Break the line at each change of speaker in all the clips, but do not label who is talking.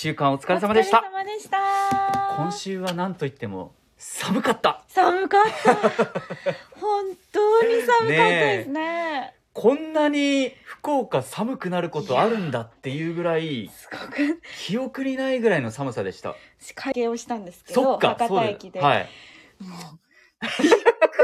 週間お疲れ様でした今週は何と言っても寒かった
寒かった本当に寒かったですね
こんなに福岡寒くなることあるんだっていうぐらい
すごく
記憶にないぐらいの寒さでした
会計をしたんですけ
そ
ど
っか
博
そう
多
だ
駅で、
はい、
びっくりするぐらい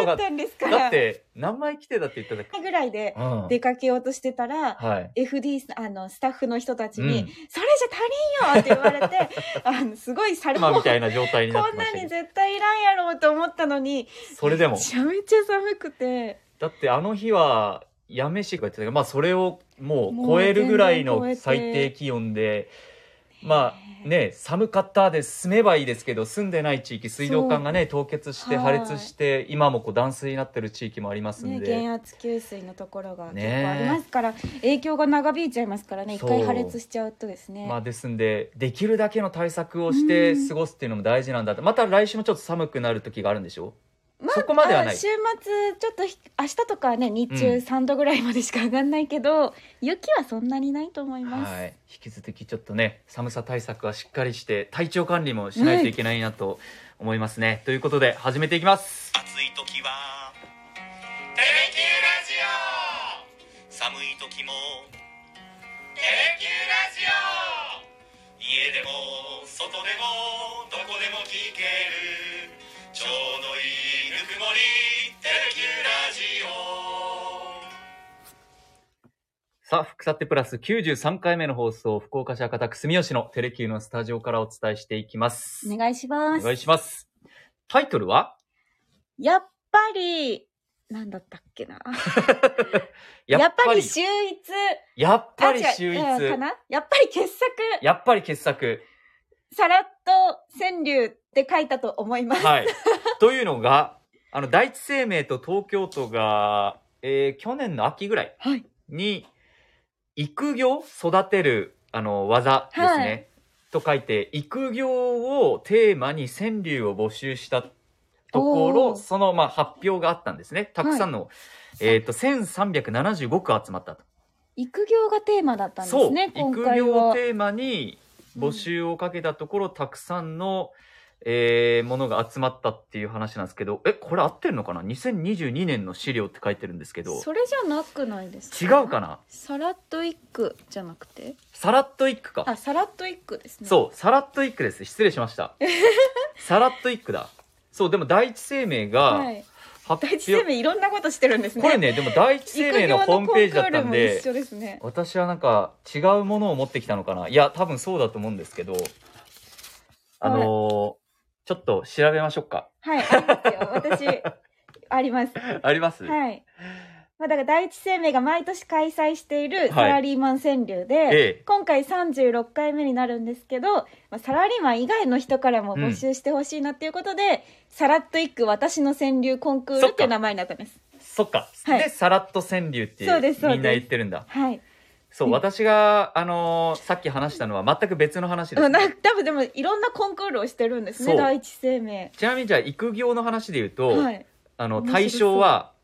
寒かったんですから
だって何枚来てたって言っただけ、
ぐらいで
うん
出かけようとしてたら、
はい
FD さんあのスタッフの人たちに、
うん
それじゃ足りんよって言わ れてあのすごい猿
今
も
み
こ
たいな状態になって
ん
まし
な
たけ
に
ど
絶対いらんやろうと思ったのに
それでも
めちゃめちゃ寒くて
だってあの日はやめしか言ってたけど、まあ、それをもう超えるぐらい
もう
の
全然超え
最
て
低気温でまあね寒かったで住めばいいですけど住んでない地域水道管がね凍結して
はい
破裂して今もこう断水になってる地域もありますん
ね、
で、
減圧給水のところが結
ね
構ありますから、影響が長引いちゃいますからね一
そう
回破裂しちゃうとですね、
まあ、ですんでできるだけの対策をして過ごすっていうのも大事なんだってまた来週もちょっと寒くなる時があるんでしょ
まあ
そこまではない
あ週末ちょっとひ明日とかはね日
うん
中3度ぐらいまでしか上がんないけど、雪はそんなにないと思います、
はい、引き続きちょっとね寒さ対策はしっかりして体調管理もしないといけないなと思いますね、ということで始めていきます
暑い時は「テレキューラジオ」寒い時も「テレキューラジオ」家でも外でもどこでも聞けるちょうどいいぬくもり「テレキューラジオ」
さあ福さてプラス93回目の放送福岡市博多区住吉のテレキューのスタジオからお伝えしていきます、
お願いしま
お
す
願いしますタイトルは
やっぱりなんだったっけなや
やっ
っ
ぱ
ぱ
り
り秀逸
やっぱり
あ違う
秀逸
うんかなやっぱり傑作
やっぱり傑作
さらっと川柳って書いたと思います、
はい。というのが、あの、第一生命と東京都が、えー去年の秋ぐらい
はい
に、育業育てる、あの、技ですね。
はい
と書いて、育業をテーマに川柳を募集したところ、
おー
その、まあ、発表があったんですね。たくさんの、えっ、と、1375句集まったと。
育業がテーマだったんで
そ
す
う
ね、今
育
回
業を
は
テーマに募集をかけたところ、たくさんの、えーものが集まったっていう話なんですけどえこれ合ってるのかな2022年の資料って書いてるんですけど
それじゃなくないです
違うかな
さらっと一句じゃなくて
さらっと一句か
あさらっと一句ですね
そうさらっと一句です失礼しました さらっと一句だそうでも第一生命が
はい
発
第一
表、
生命いろんなことしてるんですね
これねでも第一生命のホームページだったん
育業のコンクールも
で
一緒ですね
私はなんか違うものを持ってきたのかないや多分そうだと思うんですけどあのーちょっと調べましょうか
はいありますよ私あります
あります、
はいまあだから第一生命が毎年開催してい
い
るサラリーマン川柳で、
ええ
今回36回目になるんですけど、まあ、サラリーマン以外の人からも募集してほしいなっていうことで、さらっと一句私の川柳コンクールっていう名前になったんです
そっか、
はい
でさらっと川柳って
そうですそうです
みんな言ってるんだ
はい
そう私が、あのーさっき話したのは全く別の話です、
うんな多分でもいろんなコンクールをしてるんです
そ
ね
う
第一生命
ちなみにじゃあ育業の話で言うと、
はい
あの
面白そう
対象は「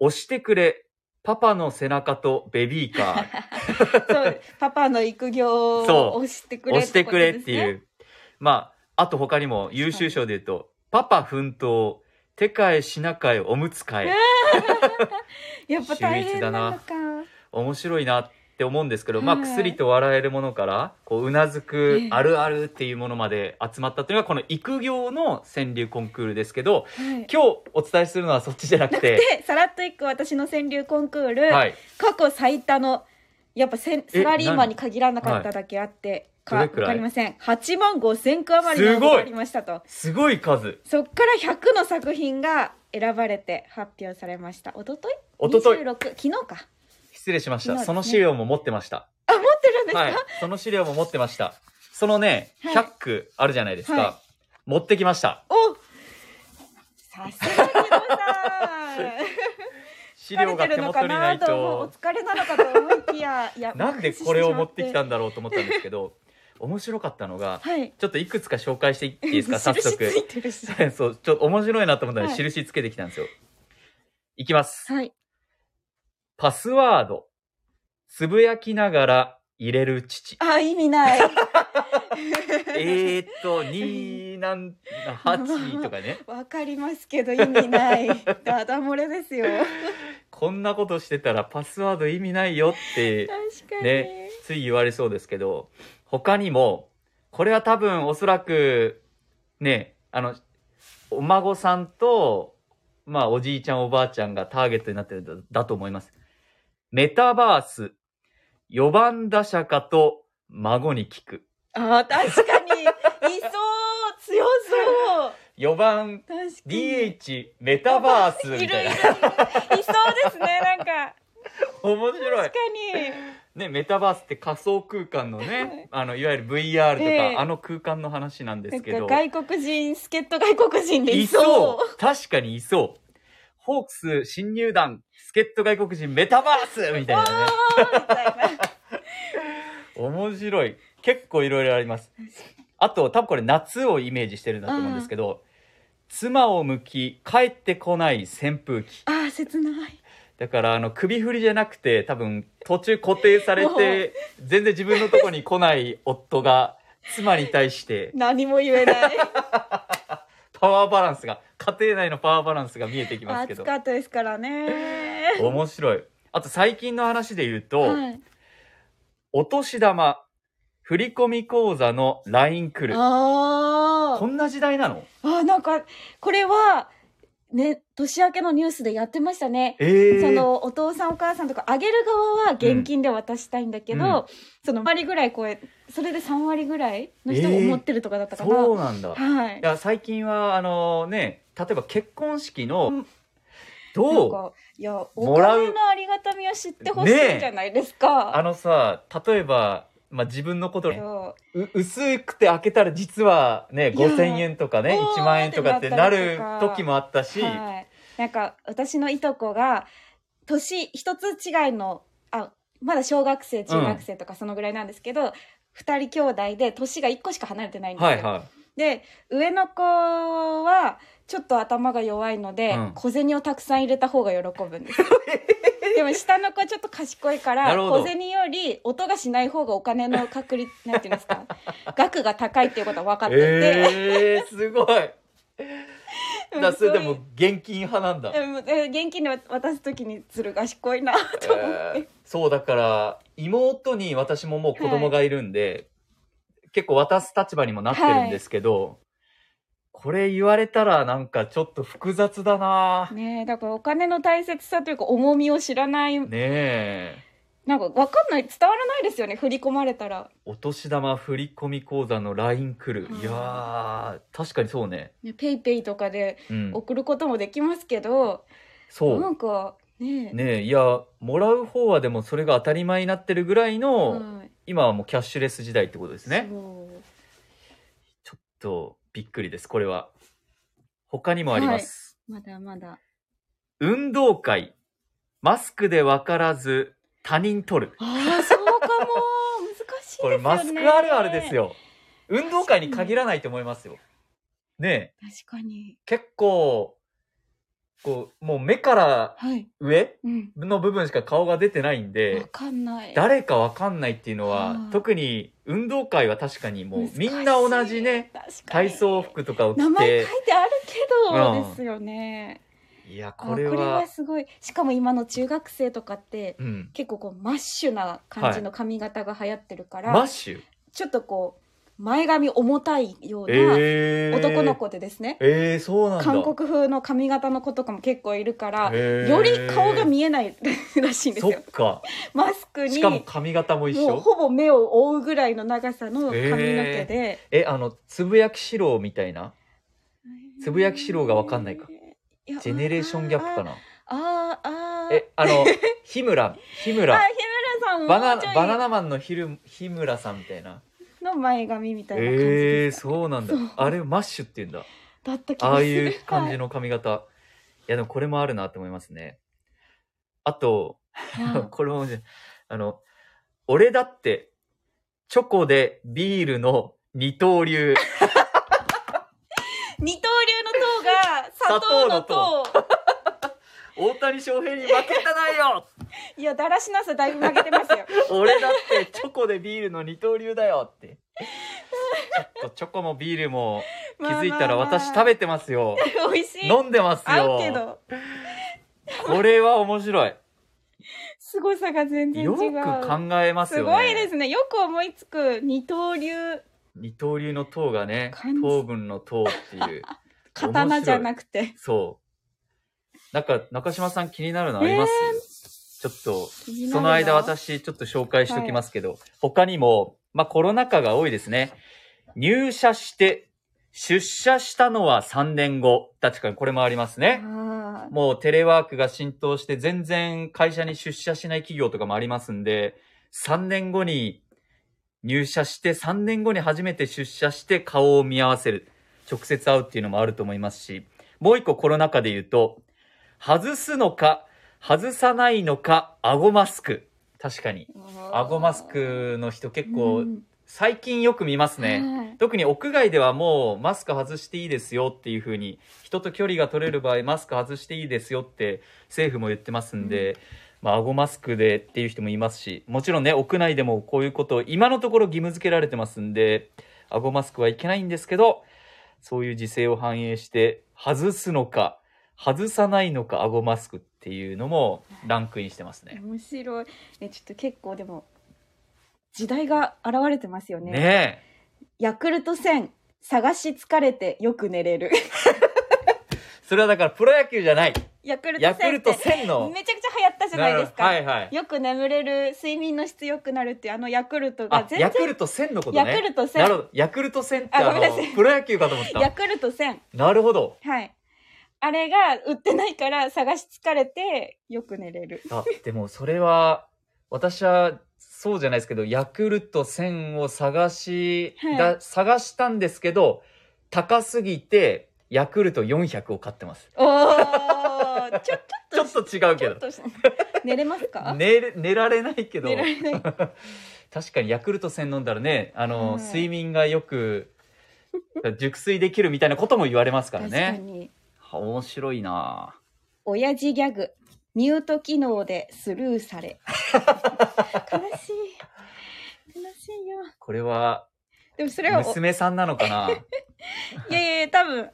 押してくれパパの背中とベビーカー
そうパパの育業
そう
を押してくれ
押してくれ」って
こと
い
ですね
うまああと他にも優秀賞で言うと「パパ奮闘手替え品替えおむつ替え」
やっぱ大変なのか
面白いなって思うんですけど、まあ、
はい
薬と笑えるものからこううなずく
ええ
あるあるっていうものまで集まったというのがこの育業の川柳コンクールですけど
はい
今日お伝えするのはそっちじゃなくて
でさらっと一句私の川柳コンクール、
はい、
過去最多のやっぱせんサラリーマンに限らなかっただけあってか
何はい
わ
どれくらい
かりません8万5千句余りの
す
応
ごい
募がありましたと
すごい数
そっから100の作品が選ばれて発表されましたおととい
一昨日
26昨日か持っ
失礼しました、
昨日です
そ
ね
の資料も持ってました
てるんですか、
はいその資料も持ってましたそのね
はい
100句あるじゃないですか、
は
持ってきました
おさすが木戸さん
資料が手元にない
疲れてるのかな思うお
と
疲れなのかと思いきやいや
なんでこれを持ってきた
ん
んだろうと思ったんですけど面白かったのが
はい
ちょっといくつか紹介していっていいですか早
印つい
速。
てるし
そう、ちょっと面白いなと思ったので、
はい
印つけてきたんですよ。いきます。
はい
パスワード。つぶやきながら入れる父。
あ、意味ない。
えーっと、2なん、8とかね。
わかりますけど意 味ない。ダダ漏れですよ。
こんなことしてたらパスワード意味ないよって、
確かに。
ね、つい言われそうですけど、他にも、これは多分おそらく、ね、あの、お孫さんと、まあ、おじいちゃんおばあちゃんがターゲットになってるんだだと思います。メタバース、4番打者かと孫に聞く。
あ、確かに。いそう強そう
4番、
確かに。
DH、メタバース、み
いる
た
い
い
るいる
な。
いそうですねなんか
面白い
確。か
ね、メタバースって仮想空間の
はい
ね、あの、いわゆる VR とか、
ええ
あの空間の話なんですけ
にな
ど
ん。か外国人助っ人外国人でい
い
そう
そう確かにいそうホークス新入団、助っ人外国人メタバースみたい
お
なね。
ーみたいな
面白い。結構いろいろあります。あと、多分これ夏をイメージしてるんだと思うんですけど、妻を向き、帰ってこない扇風機。
あー切ない
だから、あの、首振りじゃなくて、多分、途中固定され
も
て、全然自分のとこに来ない夫が、妻に対して、
何も言えない
パワーバランスが、家庭内のパワーバランスが見えてきますけ
暑
ど、
かったですからね
面白い。あと、最近の話で言うと、
はい
お年玉、振込口座の LINE 来る。
あ
こ
ー
んな時代なの
あーなんかこれはね年明けのニュースでやってましたね
ええ
そのお父さんお母さんとかあげる側は現金で渡したいんだけど、
うんうん
その割ぐらいこうそれで3割ぐらいの人
え
も
ー
持ってるとかだったかな、
そうなんだ。い
はい
や、最近は、あのね、例えば結婚式の、
な
ど
ん
う
かいやお
もらう
金のありがたみを知ってほしいんじゃないですか
あ、のさ、例えば、まあ、自分のこと、
いや
う薄くて開けたら実はね、
いや
5000円とかね、
おー
1万円とかってなる
ってなったりとか
時もあったし、
はい、なんか私のいとこが年一つ違いのあまだ小学生中学生とかそのぐらいなんですけど、二2人兄弟で年が1個しか離れてないんですよ、
はいは
で上の子はちょっと頭が弱いので、
うん
小銭をたくさん入れた方が喜ぶんで すよでも下の子はちょっと賢いから
なるほど
小銭より音がしない方がお金の確率なんていうんですか 額が高いっていうことは分かっ
い。
ていて、
ええす ごい。だそれでも
うん
現金派なんだ。
そういううん現金で渡す時につる賢いなと思っ
え
て、
ーそうだから妹に私ももう子供がいるんで、結構渡す立場にもなってるんですけど、これ言われたらなんかちょっと複雑だなね
ねえだからお金の大切さというか重みを知らないなんか
え
分かんない伝わらないですよね振り込まれたら、
お年玉振込口座の LINE 来る、
うん
いやー確かにそうね
ね、ペイペイとかで
うん
送ることもできますけど、な
そ
んかね
うねえいやもらう方はでもそれが当たり前になってるぐらいの、
はい
今はもうキャッシュレス時代ってことですね
そう
ちょっとびっくりですこれは他にもあります、
まだまだ
運動会、マスクで分からず他人取る。
ああそうかも難しいです
こ
よね
れマスクあるあるですよ。運動会に限らないと思いますよ。ねえ、
確かに
結構、こう、もう目から
はい
上
うん
の部分しか顔が出てないん
わ
で、
かんない
誰か分かんないっていうの
は
は
あ、
特に運動会は確かにもう
難しい
みんな同じね、
確かに
体操服とかを
名
着
前
て
書、いてあるけど、
うん
ですよね
いや、
あ
これ
これ
は
は、すごいしかも今の中学生とかって
うん、
結構こうマッシュな感じの髪型が流行ってるから、
マッシュ。
ちょっとこう前髪重たいような
えー、
男の。子でですね、
えー、そうなんだ。
韓国風の髪型の子とかも結構いるから、
へー
より顔が見えないらしいんです
そ
よ
っか。
マスクに
しかも髪型も一
もう
緒。
ほぼ目を覆うぐらいの長さの髪の毛で、
え、あの、つぶやきしろうみたいな。つぶやきしろうがわかんないか
いや
ジェネレーションギャップかな。
あーあーあー
え、あ の、日村、日
あ
村。
日村さんも
バナ
もうちょい
バナナマンのひる日村さんみたいな。
の前髪みたいな感じ
ええ
ですか
そうなんだ
そう。
あれ、マッシュって言うんだ。
だった気
あ
がする
あいう感じ
の、
の髪型。いや、でもこれもあるなって思いますね。あと、
はい
これも面白い、あの、俺だって、チョコでビールの二刀流。
二刀流の塔が砂糖の塔
大谷翔平に負けたないよ
いやだらしなさだいぶ負けてますよ
俺だってチョコでビールの二刀流だよってちょっとチョコもビールも 気づいたら私食べてますよ、
美味しい
飲んでます
合うけ
よ
ど
これは面白い
すごさが全然違
よ
う
く考えます
す
よね
ごいですねよく思いつく二刀流
二刀流の糖がね
感じ
糖分の糖っていう
刀じゃ
く
なくて
そうなんか中島さん気になるのあります、ちょっと
気になるな
その間私ちょっと紹介しておきますけど、他にも、まあコロナ禍が多いですね。入社して、出社したのは3年後。確かにこれもありますね。
あー
もうテレワークが浸透して全然会社に出社しない企業とかもありますんで、3年後に入社して、3年後に初めて出社して顔を見合わせる。直接会うっていうのもあると思いますし、もう一個コロナ禍で言うと、外すのか、外さないのか、顎マスク。確かに。顎マスクの人結
う
構
ん
最近よく見ますね。
はい
特に屋外ではもうマスク外していいですよっていう風に人と距離が取れる場合マスク外していいですよって政府も言ってますんで、まあ顎マスクでっていう人もいますしもちろんね屋内でもこういうことを今のところ義務付けられてますんで顎マスクはいけないんですけどそういう時勢を反映して外すのか外さないのか顎マスクっていうのもランクインしてますね。
面白いえちょっと結構でも時代が現れてますよね
ねえ。
ヤクルト1000探し疲れてよく寝れる
それはだからプロ野球じゃない。
ヤクルト1000
ヤ
っ
ク
て
ルト1000の。
めちゃくちゃ流行ったじゃないですか、
なるほどはいはい。
よく眠れる睡眠の質良くなる っていうあのヤクルトが
あ、
全
ヤ
然
クルト1000のこと
ヤ
ね。
クルト1000
なるほど。ヤクルト1000って
あ
あ
ごめんなさい
の、プロ野球かと思っ
ヤ
た。
クルト1000
なるほど。
はいあれが売ってないから探し疲れてよく寝れる
あ、でもそれは、私は、そうじゃないですけど、ヤクルト1000を探し、
はい
だ探したんですけど、高すぎて、ヤクルト400を買ってます。
おーちょ
ちょっと違う
ち
け
ょっ
ど。
と寝れますか、
寝れ 寝られないけど
寝、られない
確かにヤクルト1000飲んだらね、あの、
はい
睡眠がよく、熟睡できるみたいなことも言われますから
確か
ね。
に
は面白いなぁ。
親父ギャグミュート機能でスルー され悲しい悲しいよ
これは
でもそれはおい
娘さんなのかな
やいやいや多分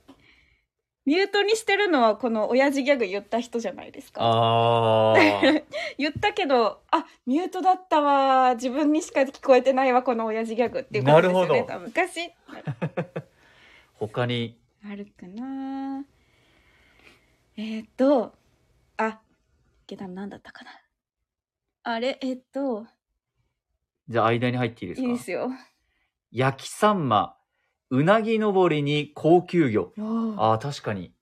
ミュートにしてるのはこの親父ギャグ言った人じゃないですか
あー
言ったけどあミュートだったわ自分にしか聞こえてないわこの親父ギャグっていうことですよ
な
ね
るほど
多分昔
他に
あるかなえー、っとあ下段何だったかなあれえーっと
じゃあ間に入っていいです
い
か
いですよ
焼きさんまうなぎ登りに高級魚あー確かに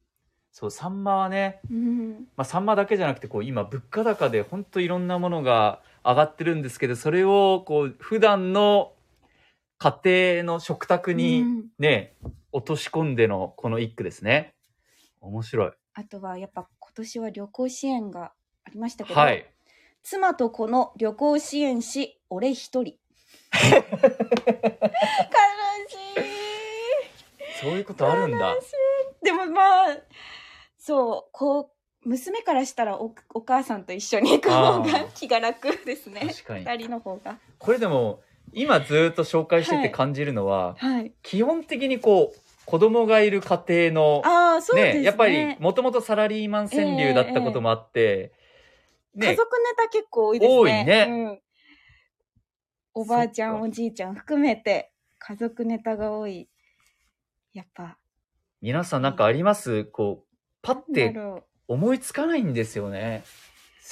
そうサンマはね、
うん、
まあ、サンマだけじゃなくてこう今物価高でほんといろんなものが上がってるんですけどそれをこう普段の家庭の食卓
う
に
ん
ね、落とし込んでのこの一句ですね面白い
あとはやっぱ今年は旅行支援がありましたけど、
はい
妻と子の旅行支援し俺 一人悲しい
そういうことあるんだ
でもまあそうこう娘からしたらおお母さんと一緒に行く方
あ
が
ー
気が楽ですね
確かに
二人の方が
これでも今ずっと紹介して
は
て
い
感じるのは、
はい
基本的にこう子供がいる家庭の
ああそうですね
やっぱりもともとサラリーマン川柳だったこともあって、
家
ね
族ネタ結構多いですね
多いね
うん、おばあちゃ
そっ
ん
か
おじいちゃん含めて家族ネタが多いやっぱ
皆さんなんかありますこうパッ
なん
て
だろ
思いつかないんですよね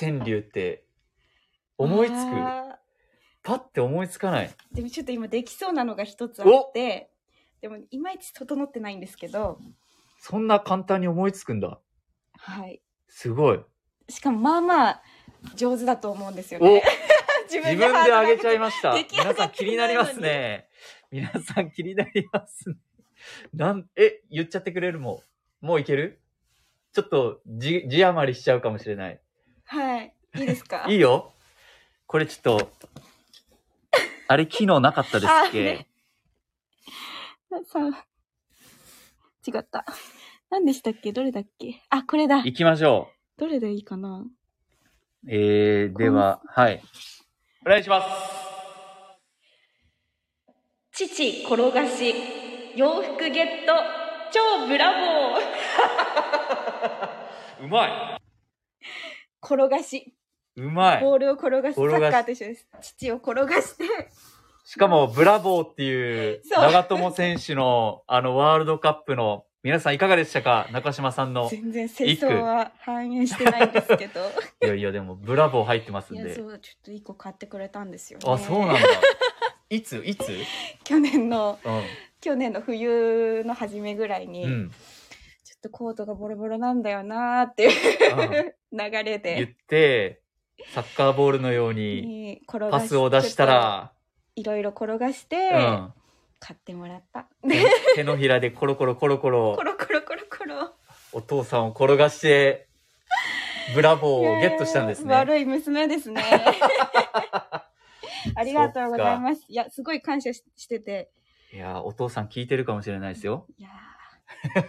川柳って
う
思いつく
あ
パッて思いつかない
ーでもちょっと今できそうなのが一つあってでもいまいち整ってないんですけど
そんな簡単に思いつくんだ
はい
すごい
しかもまあまあ上手だと思うんですよ
お
ね 自
自分であげちゃい
ま
ま した。
出来上が
皆
って
さん気になりますね。皆さん気になりますね。なん、え、言っちゃってくれるもう。もういけるちょっと字、字余りしちゃうかもしれない。
すはいいいですか
いいよ。これちょっと、あれ機能なかったですっ
あ
け
ねさあ違った何でしたっけどれだっけあこれだ
行きましょ
どれでいいかな
えー、では、はい。お願いします。
父転がし洋服ゲット超ブラボー
うま
転がし
い。うまい。
ボールを転がし、
転がし
サッカーと一緒です父を転がして
しかも、ブラボーっていう、
そう
長友選手の、あの、ワールドカップの、皆さんいかがでしたか中島さんの。
全然世相は反映してないんですけど
いやいや、でも、ブラボー入ってます
い
ん
や
で
そ。うちょっと一個買ってくれたんですよ、ね、
あ、そう なんだ。いついつ
去年の
う
去年の冬の初めぐらいに、
ん。うん。
ちょっとコートがボロボロなんだよなーっていう
うん
流
言
れ
っ
で
て、サッカーボールのように、
に転
パスを出したら、
いろいろ転がし
う
て、
ん。
買ってもらった
手手のひらでコロコロコロコロ
コ、ロコロコロコロ
お父さんを転がして、ブラボーをゲットしたんです
いやー
ね。
悪い娘で すね。ありがとうございます。いや、すごい感謝ししてて。
いやー、お父さん聞いてるかもしれないですよ。
いや ー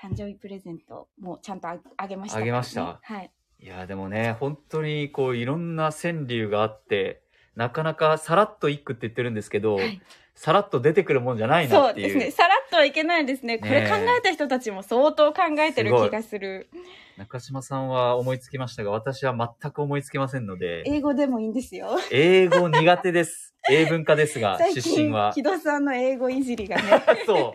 誕生日プレゼントもちゃんとああげましたからね、
あげました
はい。
いやー、でもね、本当にこう、いろんな川柳があって、なかなかさらっと一句って言ってるんですけど、
はい
さらっと出てくるもんじゃないな
そ
っ
う
てい
で
う。
すね。さらっとはいけないですね。これ
ねえ
考えた人たちも相当考えてる
すごい
気がする。
中島さんは思いつきましたが、私は全く思いつきませんので、
英語でもいいんですよ。
英語苦手 です。英文化ですが、
最
出身
近
は、
木。戸さんの英語いじりが ね。
そう。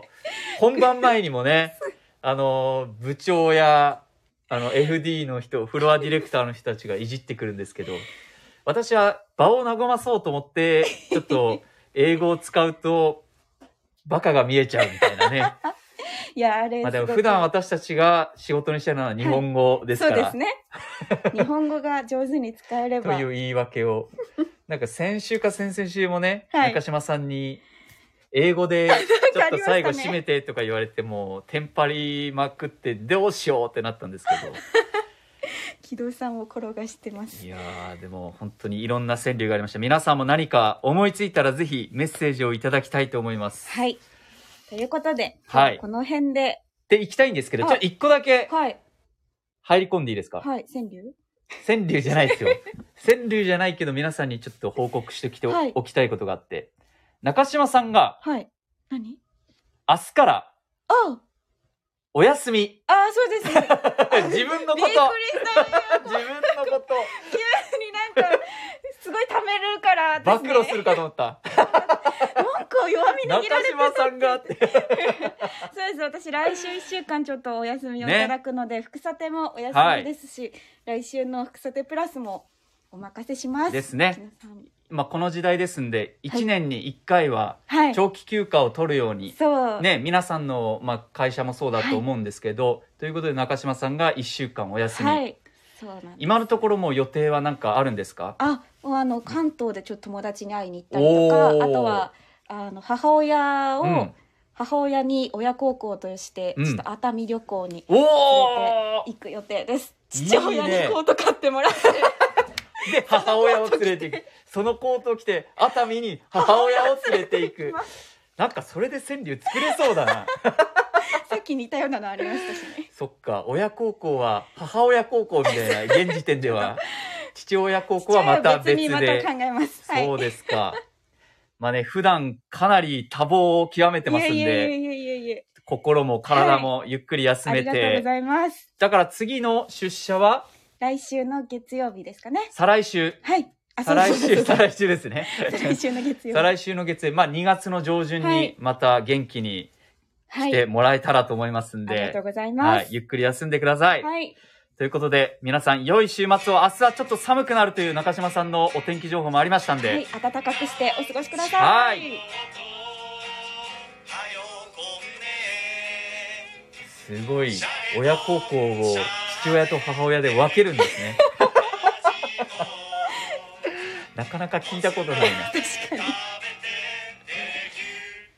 本番前にも ね、あの、部長や、あの、FD の人、フロアディレクターの人たちがいじってくるんですけど、私は場を和まそうと思って、ちょっ と英語を使うと、バカが見えちゃうみたいな ね。
いや、あれ。
まあですも
ごく
普段私たちが仕事にしてるのは日本語です
そ
か
う
ら、
ですね。 日本語が上手に使えれ
と
ば。
いう言い訳を。 なんか先週か先々週もね、
はい
中島さんに、英語 でちょっと最後締めてとか言われても、テンパりまくってどうしようってなったんですけ ど。
木戸さんを転がしてます
い。やー、でも本当にいろんな川柳がありました。皆さんも何か思いついたらぜひメッセージをいただきたいと思います。
はい。ということで、
はい
この辺で、
で、行きたいんですけど、
あ
ちょ、一個だけ
はい、
入り込んでいいですか
はい、川柳
川柳じゃないです よ。川柳じゃないけど皆さんにちょっと報告してきてお,、
はい
きたいことがあって。中島さんが
はい。何
明日から
あ
お休み
ああ、そ うです。びっくりし
自分のこ
た。
と自分のこと
急になんか、すごい貯めるから、
暴
私ね
露するかと思 った
文句を弱み
中
握られて
島さんがって
た。そうです。私、来週一週間ちょっとお休みをい
ね
ただくので、福さてもお休みですし、来週の福さてプラスもお任せします。
ですね
皆さん。
まあこの時代ですんで
はい
1年に1回は
はい。
長期休暇を取るように、
そう。
ね皆さんのまあ会社もそうだと思うんですけど、ということで中島さんが1週間お休み、
はい。そうなんです。
今のところもう予定は何かあるんですか
あ、もうあの関東でちょっと友達に会いに行ったりと
おー
か、あとはあの母親を、
うん
母親に親孝行として
うん
ちょっと熱海旅行に
おお
行く予定です。
いいね
父親にコート買ってもらって、
で母親を連れていくそのコートを着て熱海に母親を連れてい くなんかそれで川柳作れそうだな
さっき似たようなのありましたしね。
そっか親孝行は母親孝行みたいな現時点で は父親孝行はまた別
に
で
また考えます。はい。
そうですかまあね普段かなり多忙を極めてますんで
いえいえいえいえいえ。
心も体もゆっくり休
あ
め
り
て、
がとうございます。
だから次の出社は
来週の月曜日ですかね。
再来週
はい。あ
再来
そうそう
週
そう
再来週ですね
再来週の月曜
再
日。
来週の月曜まあ2月の上旬
は
に
い
また元気に
は
来
い。
てもらえたらと思いますん
ありがとう
で、
ござい
は
ま
い、
す。
ゆっくり休んでください
はい。
ということで、皆さん、良い週末を、明日はちょっと寒くなるという中島さんのお天気情報もありましたんで、
はい、暖かくしてお過ごしくださ。
はいい
はよこんね
すごい、親孝行を父親と母親で分けるんです ね。なかなか聞いたことないな。
確かに。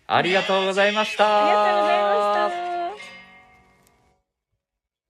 ありがとうございました。
ありがとうございました。